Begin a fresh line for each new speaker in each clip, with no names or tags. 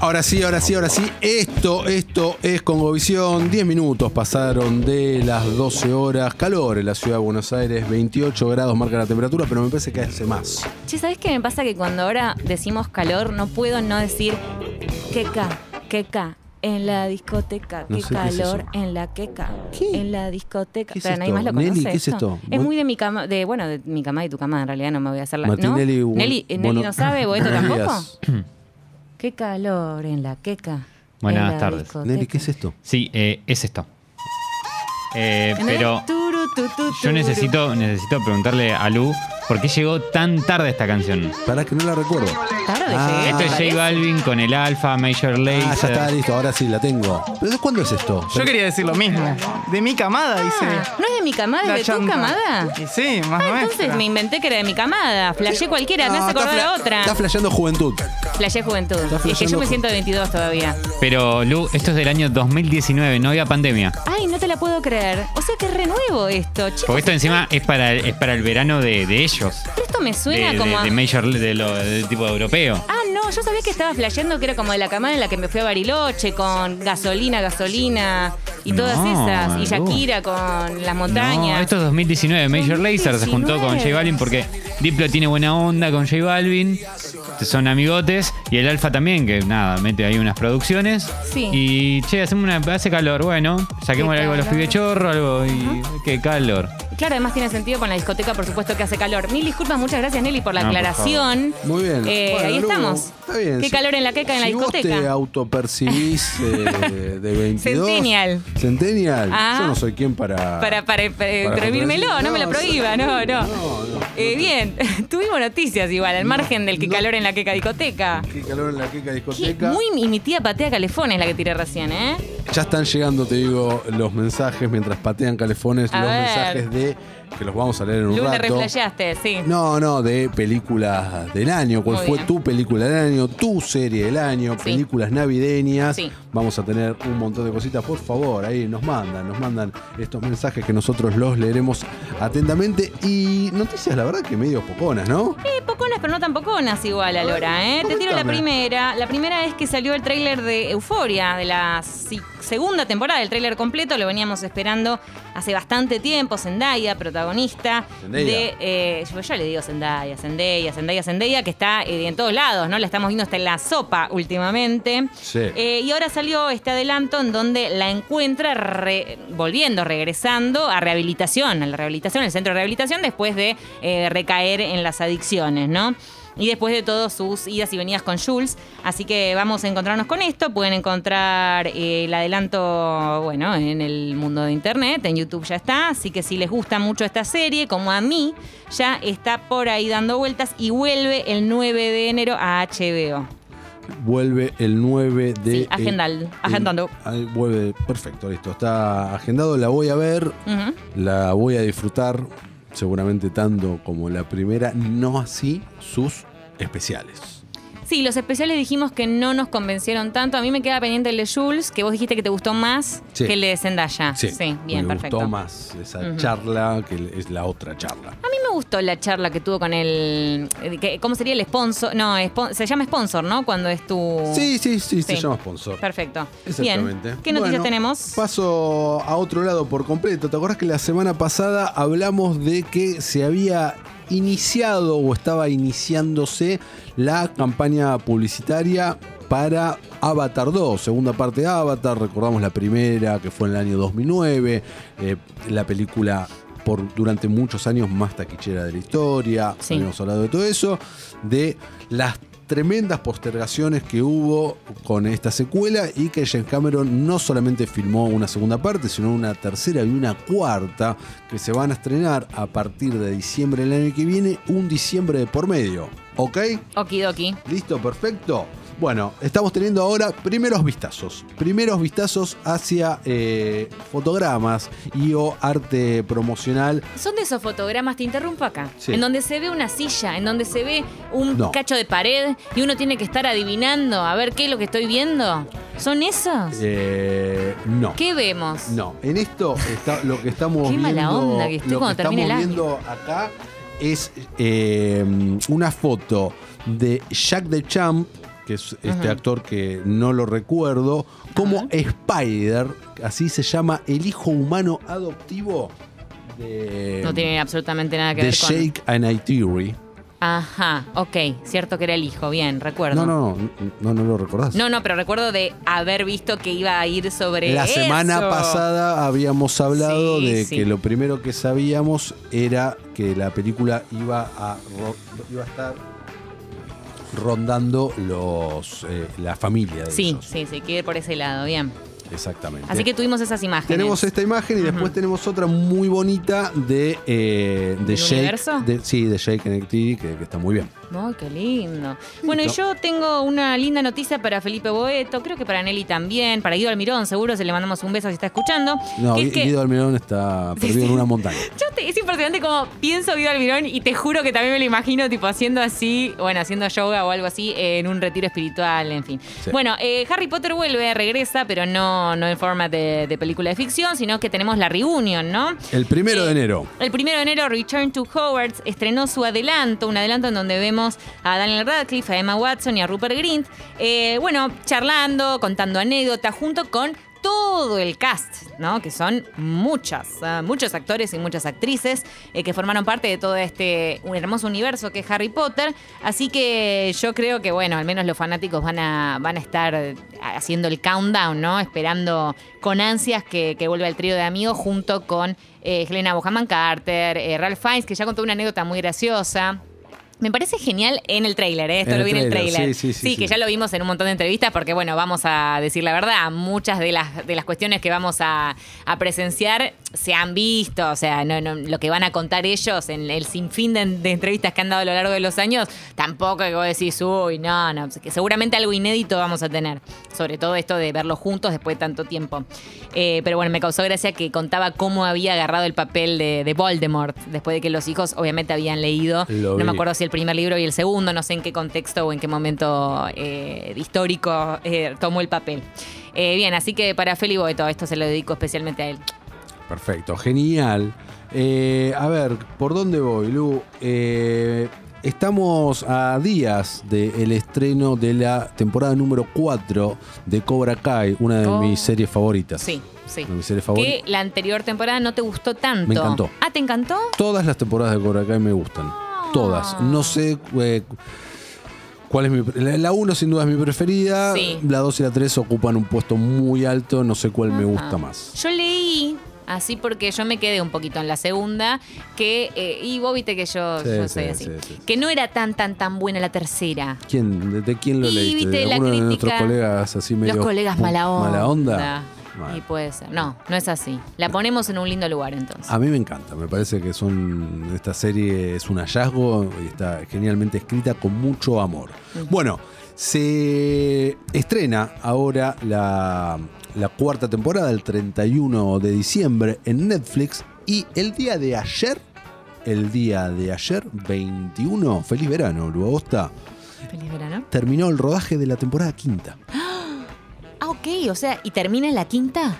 Ahora sí, ahora sí, ahora sí. Esto, esto es Congovisión. 10 minutos pasaron de las 12 horas. Calor en la ciudad de Buenos Aires, 28 grados marca la temperatura, pero me parece que hace más.
Che, ¿sabés qué me pasa? Que cuando ahora decimos calor, no puedo no decir queca, queca. En la discoteca,
No
qué
sé qué es
calor,
eso.
en la queca,
¿Qué?
en la discoteca.
¿Qué es
Pero nadie
esto?
más lo
Nelly,
conoce.
¿qué es esto?
Es
Vos-
muy de mi cama, de, bueno, de mi cama y tu cama, en realidad no me voy a hacer la.
Martín
¿no?
Nelly, bu-
Nelly, eh, Nelly
bono-
no sabe, Boeto tampoco.
días.
Qué calor en la queca.
Buenas
en la
tardes.
discoteca.
Nelly, ¿qué es esto?
Sí, eh, es esto. Eh,
¿Entendés?
pero
Turu, tu, tu,
yo
turu.
necesito, necesito preguntarle a Lu por qué llegó tan tarde esta canción.
Para que no la recuerdo.
Tarde ¿eh?
Ah.
llegué,
Esto
¿te
es J
parece?
Balvin con el Alfa, Major Lazer.
Ah, ya está listo, ahora sí la tengo. ¿Pero de cuándo es esto?
Yo quería decir lo mismo. De mi camada, dice.
Ah, ¿No es de mi camada,
la
es de tu
chanta.
camada?
Y sí, más
Ah,
nuestra.
entonces me inventé que era de mi camada. Flashé cualquiera, me hace
Ah, está
acordar
fla-
a otra.
Está flasheando juventud.
Flashé juventud.
Está
Y es que yo
flasheando
me siento de 22 todavía.
Pero Lu, esto es del año 2019, no había pandemia.
Ay, no te la puedo creer. O sea que es renuevo esto, chicos.
Porque esto encima es para, es para el verano de, de ellos.
Pero esto me
De,
suena
de-
como a...
de Major de lo, del tipo europeo.
Ah, no, yo sabía que estaba flasheando que era como de la camada en la que me fui a Bariloche con gasolina, gasolina y todas
No,
esas. Y
no.
Shakira con las
No,
montañas.
esto es 2019. Major Lazer se juntó con J Balvin porque Diplo tiene buena onda con J Balvin. Son amigotes. Y el Alfa también, que nada, mete ahí unas producciones.
Sí.
Y che, hacemos una, hace calor. Bueno, saquemos
Qué
algo a los
calor.
pibechorros, algo. Y qué calor.
Claro, además tiene sentido con la discoteca, por supuesto que hace calor. Mil disculpas, muchas gracias Nelly por la
No, por
aclaración.
Muy bien.
Eh,
Bueno,
ahí
Lu,
estamos.
Está bien.
Qué
Si-
calor en la queca, en la
si Vos te
discoteca.
autopercibís eh, de 22.
Centennial.
Centennial.
Ah.
Yo no soy quien para.
Para, para, para-
Para contradecir.
prohibírmelo, no me lo
No,
prohíba, no, no.
no, no.
Eh, bien, tuvimos noticias igual, al margen del que
no.
calor en la queca discoteca.
Qué calor en la queca
Qué-
discoteca.
Muy y mi tía patea calefones la que tiré recién, ¿eh?
Ya están llegando, te digo, los mensajes mientras patean calefones,
A
los
ver.
mensajes de. que los vamos a leer en un
Lu, te
rato.
reflejaste, sí.
No, no, de películas del año. ¿Cuál
Muy
fue
bien.
tu película del año? Tu serie del año,
Sí.
películas navideñas.
Sí.
Vamos a tener un montón de cositas. Por favor, ahí nos mandan, nos mandan estos mensajes que nosotros los leeremos atentamente. Y noticias, la verdad, que medio poconas, ¿no?
Eh, poconas, pero no tan poconas igual, Alora, ¿eh? Te tiro la
comentame.
primera. La primera es que salió el tráiler de Euforia, de la si- segunda temporada, el tráiler completo. Lo veníamos esperando hace bastante tiempo. Zendaya, protagonista
Zendaya.
de... eh, yo, yo le digo Zendaya, Zendaya, Zendaya, Zendaya, que está eh, en todos lados, ¿no? La estamos viendo hasta en la sopa últimamente.
Sí.
Eh, y ahora salió este adelanto en donde la encuentra re- volviendo, regresando a rehabilitación, a la rehabilitación, el centro de rehabilitación, después de eh, recaer en las adicciones, ¿no? Y después de todas sus idas y venidas con Jules. Así que vamos a encontrarnos con esto. Pueden encontrar eh, el adelanto, bueno, en el mundo de internet, en YouTube ya está. Así que si les gusta mucho esta serie, como a mí, ya está por ahí dando vueltas y vuelve el 9 de enero a HBO.
Vuelve el 9 de.
Sí, agendal-
eh,
agendando.
ahí vuelve, perfecto, listo. Está agendado, la voy a ver.
Ujú.
La voy a disfrutar seguramente tanto como la primera, no así sus especiales.
Sí, los especiales dijimos que no nos convencieron tanto. A mí me queda pendiente el de Jules, que vos dijiste que te gustó más
Sí.
que el de Zendaya. bien,
me
perfecto.
gustó más esa
Ujú. Ah,
charla que es la otra charla.
A mí me gustó la charla que tuvo con el... eh, que- ¿Cómo sería el sponsor? No, espo- se llama sponsor, ¿no? Cuando es tu...
Sí, sí, sí, se
Sí.
llama sponsor.
Perfecto.
Exactamente.
Bien. ¿Qué noticias
Bueno,
tenemos?
Paso a otro lado por completo. ¿Te acordás que la semana pasada hablamos de que se había iniciado o estaba iniciándose la campaña publicitaria para Avatar 2, segunda parte de Avatar? Recordamos la primera que fue en el año 2009, eh, la película por durante muchos años más taquillera de la historia.
Sí.
Habíamos hablado de todo eso, de las tremendas postergaciones que hubo con esta secuela y que James Cameron no solamente filmó una segunda parte, sino una tercera y una cuarta que se van a estrenar a partir de diciembre del año que viene, un diciembre de por medio. ¿Ok?
Okidoki.
¿Listo? ¿Perfecto? Bueno, estamos teniendo ahora primeros vistazos. Primeros vistazos hacia eh, fotogramas y o arte promocional
Son de esos fotogramas, te interrumpo acá,
Sí.
en donde se ve una silla, en donde se ve un
No.
cacho de pared y uno tiene que estar adivinando a ver qué es lo que estoy viendo. ¿Son esos?
Eh, no.
¿Qué vemos?
No, en esto está, lo que estamos
Qué
viendo.
mala onda que estoy
lo
cuando termine
estamos
el
viendo acá es eh, una foto de Jack de Champ que es este actor que no lo recuerdo, como Spider, así se llama el hijo humano adoptivo de,
No tiene absolutamente nada que
de
ver con.
Jake and Itiri.
Ajá, ok. Cierto que era el hijo, bien, recuerdo.
No, no, no, no, no lo recordás.
No, no, pero recuerdo de haber visto que iba a ir sobre
La
eso.
semana pasada habíamos hablado
Sí,
de
sí.
que lo primero que sabíamos era que la película iba a, ro- iba a estar rondando los eh, la familia de
Sí,
ellos.
sí, sí, quiere ir por ese lado, bien.
Exactamente.
Así que tuvimos esas imágenes.
tenemos esta imagen y después tenemos otra muy bonita de, eh, de
¿Del
Jake.
universo?
de- sí, de Jake Connectivity, que, que está muy bien.
Ay, qué lindo. Bueno, y
Listo.
yo tengo una linda noticia para Felipe Boeto, creo que para Nelly también, para Guido Almirón, seguro se le mandamos un beso si está escuchando.
No,
que
Gui-
es que-
Guido Almirón está perdido en una montaña.
Yo te- es impresionante como pienso Guido Almirón y te juro que también me lo imagino tipo haciendo así, bueno, haciendo yoga o algo así eh, en un retiro espiritual, en fin.
Sí.
Bueno, eh, Harry Potter vuelve, regresa, pero no, no en forma de, de película de ficción, sino que tenemos la reunión, ¿no?
El primero de
Eh,
enero.
El primero de enero, Return to Hogwarts estrenó su adelanto, un adelanto en donde vemos a Daniel Radcliffe, a Emma Watson y a Rupert Grint, eh, bueno, charlando, contando anécdotas, junto con todo el cast, ¿no? Que son muchas, ah, muchos actores y muchas actrices eh, que formaron parte de todo este un hermoso universo que es Harry Potter. Así que yo creo que, bueno, al menos los fanáticos van a, van a estar haciendo el countdown, ¿no? Esperando con ansias que, que vuelva el trío de amigos junto con eh, Helena Bohaman Carter, eh, Ralph Fiennes, que ya contó una anécdota muy graciosa. Me parece genial en el tráiler, ¿eh? esto
En
lo
el
vi en el
tráiler,
tráiler.
sí, sí, sí, sí.
que ya lo vimos en un montón de entrevistas porque, bueno, vamos a decir la verdad, muchas de las, de las cuestiones que vamos a, a presenciar se han visto, o sea, no, no- lo que van a contar ellos en el sinfín de, de entrevistas que han dado a lo largo de los años, tampoco es que vos decís, uy, no, no, que seguramente algo inédito vamos a tener, sobre todo esto de verlos juntos después de tanto tiempo. Eh, pero bueno, me causó gracia que contaba cómo había agarrado el papel de, de Voldemort después de que los hijos obviamente habían leído,
Lo
no
vi.
me acuerdo si el primer libro y el segundo, no sé en qué contexto o en qué momento eh, histórico eh, tomó el papel. Eh, bien, así que para Feli Boeto, esto se lo dedico especialmente a él.
Perfecto, genial. Eh, a ver, ¿por dónde voy, Lu? Eh, estamos a días del estreno de la temporada número 4 de Cobra Kai, una de
Oh.
mis series favoritas.
Sí, sí.
Una de mis series
Que
favoritas.
la anterior temporada no te gustó tanto.
Me encantó.
Ah, ¿te encantó?
Todas las temporadas de Cobra Kai me gustan.
Ah.
Todas. No sé eh, cuál es mi. pre- la- La 1 sin duda es mi preferida.
Sí.
La 2 y la 3 ocupan un puesto muy alto. No sé cuál me gusta
Ajá.
más.
Ah. Yo leí, así porque yo me quedé un poquito en la segunda, que, eh, y vos viste que yo,
Sí,
yo
sí,
soy así,
sí, sí, sí.
que no era tan, tan, tan buena la tercera.
¿Quién? ¿De, de quién lo
Y,
leíste?
viste,
¿De
la
alguno de nuestros
crítica-
colegas así medio...
Los colegas mala onda.
¿Mala onda?
Y pues,
Bueno,
puede ser. No, no es así. La ponemos en un lindo lugar entonces.
a mí me encanta, me parece que son esta serie es un hallazgo y está genialmente escrita con mucho amor. Bueno, se estrena ahora la, la cuarta temporada, el 31 de diciembre, en Netflix y el día de ayer, el día de ayer, 21, feliz verano, Luagosta,
Feliz verano.
terminó el rodaje de la temporada quinta.
Ah, ok. O sea, ¿y termina en la quinta?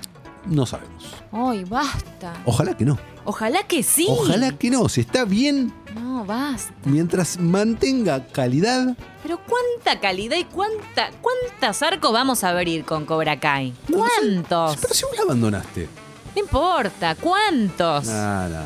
No sabemos.
Ay, basta.
Ojalá que no.
Ojalá que sí.
Ojalá que no. Si está bien,
No, basta.
mientras mantenga calidad,
Pero cuánta calidad y cuánta, cuántas arcos vamos a abrir con Cobra Kai.
No, no sé.
¿Cuántos?
pero si vos la abandonaste.
No importa, ¿cuántos?
Nah, nah,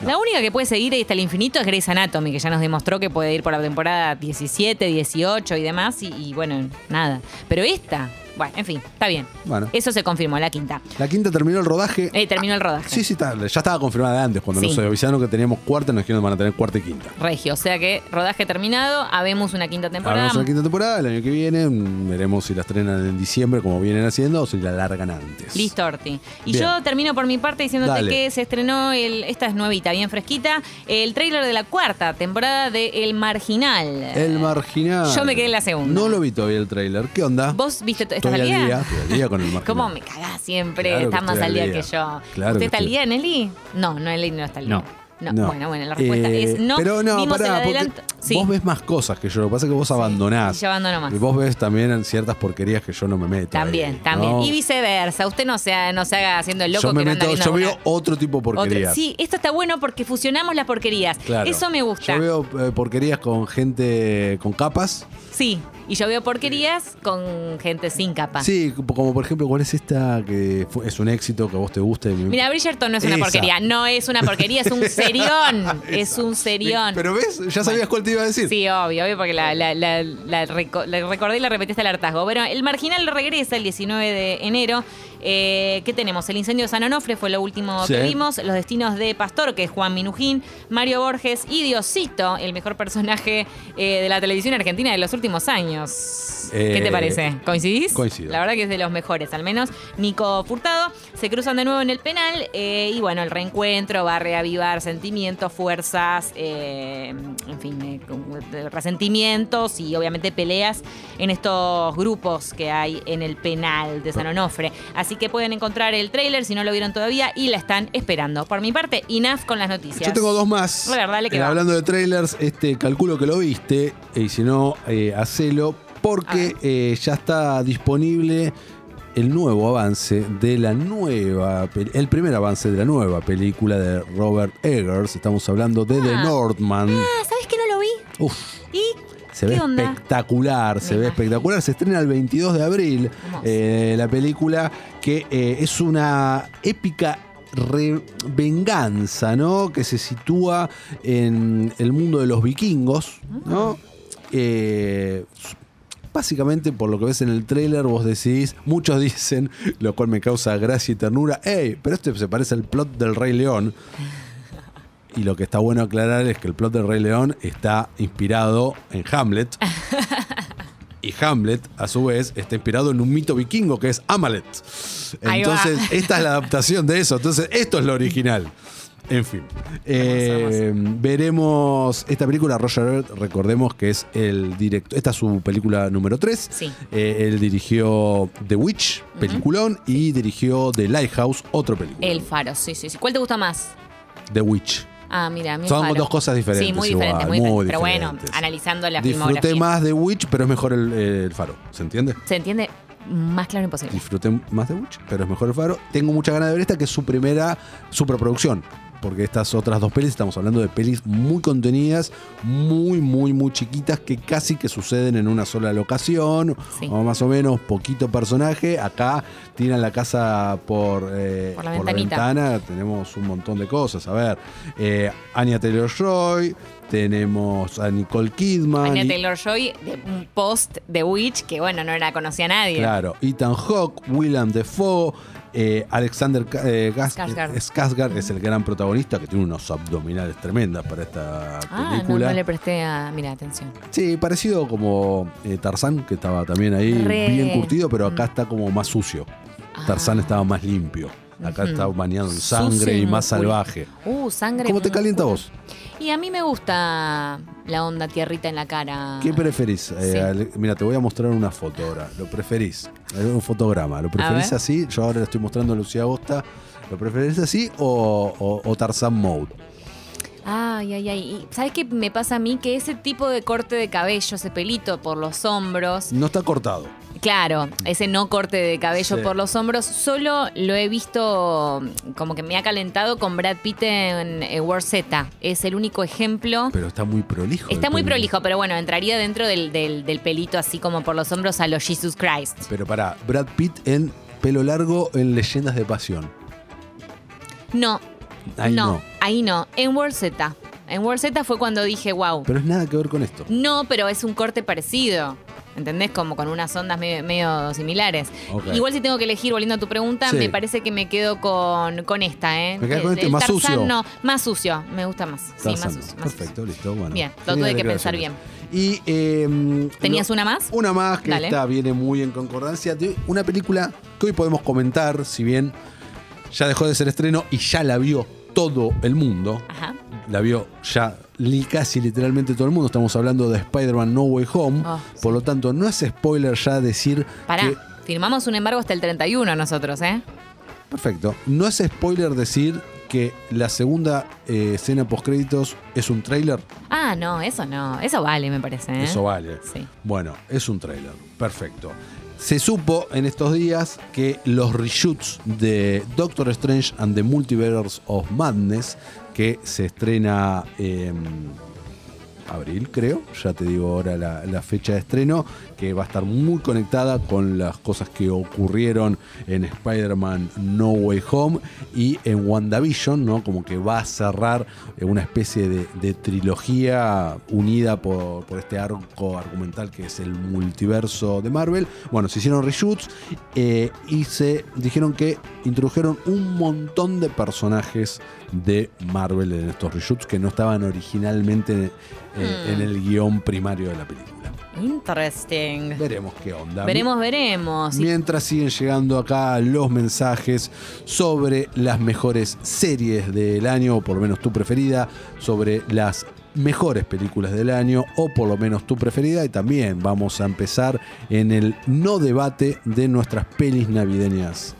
nah.
La única que puede seguir ahí hasta el infinito es Grey's Anatomy, que ya nos demostró que puede ir por la temporada 17, 18 y demás, y, y bueno, nada. Pero esta, bueno, en fin, está bien.
Bueno.
Eso se confirmó, la quinta.
La quinta terminó el rodaje.
Eh, terminó el rodaje.
Sí, sí, está- ya estaba confirmada de antes. Cuando
Sí.
nos avisaron que teníamos cuarta, nos dijeron que van a tener cuarta y quinta.
Regio, o sea que rodaje terminado, habemos una quinta temporada.
Hablamos de la quinta temporada, el año que viene mm, veremos si la estrenan en diciembre, como vienen haciendo, o si la largan antes.
Listo, Orti. Y
Bien.
yo termino por mi parte diciéndote
Dale.
que se estrenó, el, esta es nuevita, bien fresquita, el tráiler de la cuarta temporada de El Marginal.
El marginal.
Yo me quedé en la segunda.
No lo vi todavía el tráiler. ¿Qué onda?
¿Vos viste? to- ¿Estás
Estoy
al día?
Estoy al día con el marginal.
¿Cómo me cagás siempre?
Claro que
Estás más
estoy
al
al
día,
día.
que yo.
Claro
¿Usted
que
está al
estoy-
día, Nelly? No, no, Nelly no está al día.
No.
No,
No.
Bueno, bueno, la respuesta
Eh,
es no.
Pero no,
Vimos
pará,
el
porque
adelanto. Sí.
vos ves más cosas que yo. Lo que pasa es que vos abandonás.
y yo abandono más.
Y vos ves también ciertas porquerías que yo no me meto.
También,
ahí,
también.
¿no?
Y viceversa. Usted no se, ha- no se haga haciendo el loco
Yo me
que no anda
meto,
viendo
yo veo
alguna-
otro tipo de
otra-
porquerías.
Sí, esto está bueno porque fusionamos las porquerías.
Claro.
Eso me gusta.
Yo veo eh, porquerías con gente con capas
Sí. y yo veo porquerías con gente sin capa.
Sí, como por ejemplo, ¿cuál es esta que fue- es un éxito que a vos te gusta?
Mira, Bridgerton no es una
Esa.
porquería, no es una porquería, es un serión, es un serión.
Pero ves, ya sabías cuál te iba a decir.
Sí, obvio, obvio, porque la, la- la- la reco- la recordé y la repetí hasta el hartazgo. Bueno, el marginal regresa el 19 de enero. Eh, ¿Qué tenemos? El incendio de San Onofre fue lo último que
Sí.
vimos. Los destinos de Pastor, que es Juan Minujín, Mario Borges y Diosito, el mejor personaje eh, de la televisión argentina de los últimos años. ¿Qué te
Eh,
parece? ¿Coincidís?
coincido.
La verdad que es de los mejores, al menos. Nico Furtado. Se cruzan de nuevo en el penal eh, y bueno, el reencuentro va a reavivar sentimientos, fuerzas, eh, en fin, eh, con- eh, resentimientos y obviamente peleas en estos grupos que hay en el penal de San Onofre. Así que pueden encontrar el tráiler si no lo vieron todavía y la están esperando. Por mi parte, INAF con las noticias.
Yo tengo dos más.
A ver, dale que
Eh,
va.
Hablando de trailers, este calculo que lo viste, y si no, eh, hacelo,
A ver.
porque eh, ya está disponible el nuevo avance de la nueva, pel- el primer avance de la nueva película de Robert Eggers. Estamos hablando de The
Ah.
Northman.
Ah, ¿sabes que no lo vi?
Uf,
¿Y
se
¿Qué
ve
onda?
espectacular, se
Me
ve
imagino.
espectacular. Se estrena el 22 de abril
Hermoso.
eh, la película que eh, es una épica re- venganza, ¿no? Que se sitúa en el mundo de los vikingos, ¿no?
Ah.
Eh, Básicamente, por lo que ves en el tráiler, vos decís, muchos dicen, lo cual me causa gracia y ternura, ¡Ey! Pero este se parece al plot del Rey León. Y lo que está bueno aclarar es que el plot del Rey León está inspirado en Hamlet. Y Hamlet, a su vez, está inspirado en un mito vikingo que es Amalet.
Ahí va.
Entonces, esta es la adaptación de eso. Entonces, esto es lo original. En fin. Eh, veremos esta película. Roger Ebert, recordemos que es el director. Esta es su película número 3.
Sí.
él dirigió The Witch, peliculón, y dirigió The Lighthouse, otro película.
el faro? Sí, sí, sí. ¿Cuál te gusta más?
The Witch.
Ah, mira, a mí el
Son
faro.
dos cosas diferentes.
Sí, muy
igual,
diferentes, muy,
muy
diferentes. Pero bueno,
diferentes.
analizando la
Disfruté
filmografía.
más de Witch, pero es mejor el, el faro. ¿Se entiende?
Se entiende más claro imposible.
Disfruté más de Witch, pero es mejor el faro. Tengo mucha ganas de ver esta, que es su primera superproducción. Porque estas otras dos pelis, estamos hablando de pelis muy contenidas, muy, muy, muy chiquitas, que casi que suceden en una sola locación,
Sí.
o más o menos poquito personaje. Acá tiran la casa por, eh,
Por la
por la
ventanita.
ventana, tenemos un montón de cosas. A ver, eh, Anya Taylor-Joy, tenemos a Nicole Kidman.
Anya
y-
Taylor Joy, de un post de Witch, que bueno, no la conocía nadie.
Claro, Ethan Hawke, Willem Dafoe, eh, Alexander Ka- eh, Gas-
Skarsgård.
eh, Skarsgård es el gran protagonista que tiene unos abdominales tremendas para esta
Ah, no,
película.
no le presté a, mira, atención.
Sí, parecido como eh, Tarzán, que estaba también ahí
Re. Mm. Ah.
bien curtido, pero acá está como más sucio. Tarzán estaba más limpio. Acá
Ujú.
está bañado en
Sucio
sangre
y
y más
musculo-
salvaje.
Uh, sangre.
¿Cómo te calienta
musculo.
vos?
Y a mí me gusta la onda tierrita en la cara.
¿Qué preferís? Eh,
Ah. Sí.
Ale- Mira, te voy a mostrar una foto ahora. ¿Lo preferís? Eh, Un fotograma. ¿Lo preferís
ver.
así? Yo ahora le estoy mostrando a Lucía Agosta. ¿Lo preferís así o, o- o Tarzan Mode?
Ay, ay, ay. Y, ¿Sabes qué me pasa a mí? Que ese tipo de corte de cabello, ese pelito por los hombros,
No está cortado.
Claro, ese no corte de cabello
Sí.
por los hombros, solo lo he visto mm, como que me ha calentado con Brad Pitt en eh, War Z. Es el único ejemplo.
Pero está muy prolijo.
Está
el
muy
pelo.
prolijo, pero bueno, entraría dentro del, del- del pelito así como por los hombros a los Jesus Christ.
Pero pará, Brad Pitt en pelo largo en Leyendas de Pasión.
No,
Ahí no.
no, ahí no. En War Z. En War Z fue cuando dije, wow.
Pero es nada que ver con esto.
No, pero es un corte parecido. ¿Entendés? Como con unas ondas medio, medio similares.
Ok.
Igual si tengo que elegir, volviendo a tu pregunta,
Sí.
me parece que me quedo con, con esta, ¿eh?
Me quedo
Eh,
con este,
del
más
Tarzán,
sucio.
No, más sucio, me gusta más. sí, más
Tarzán.
sucio. más sucio.
Perfecto, listo. Bueno.
Bien, lo
Genial
tuve que pensar
declaraciones. Y, eh,
¿Tenías
lo-
una más?
Una más que
Dale.
esta viene muy en concordancia de una película que hoy podemos comentar, si bien ya dejó de ser estreno y ya la vio todo el mundo.
Ajá.
La vio ya li- casi literalmente todo el mundo. Estamos hablando de Spider-Man No Way Home.
Oh,
Por lo tanto, no es spoiler ya decir.
Pará,
que-
firmamos un embargo hasta el 31 nosotros, ¿eh?
perfecto. No es spoiler decir que la segunda eh, escena post-créditos es un tráiler.
Ah, no, eso no. Eso vale, me parece. ¿eh?
Eso vale.
Sí.
Bueno, es un tráiler. Perfecto. Se supo en estos días que los reshoots de Doctor Strange and the Multiverse of Madness, que se estrena en abril, creo, ya te digo ahora la, la fecha de estreno, que va a estar muy conectada con las cosas que ocurrieron en Spider-Man No Way Home y en WandaVision, ¿no? Como que va a cerrar eh, una especie de, de trilogía unida por, por este arco argumental que es el multiverso de Marvel. Bueno, se hicieron reshoots eh, y se dijeron que introdujeron un montón de personajes de Marvel en estos reshoots que no estaban originalmente eh, en el guión primario de la película.
Interesting.
Veremos qué onda.
Veremos, veremos.
Mientras siguen llegando acá los mensajes sobre las mejores series del año, o por lo menos tu preferida, sobre las mejores películas del año, o por lo menos tu preferida, y también vamos a empezar en el no debate de nuestras pelis navideñas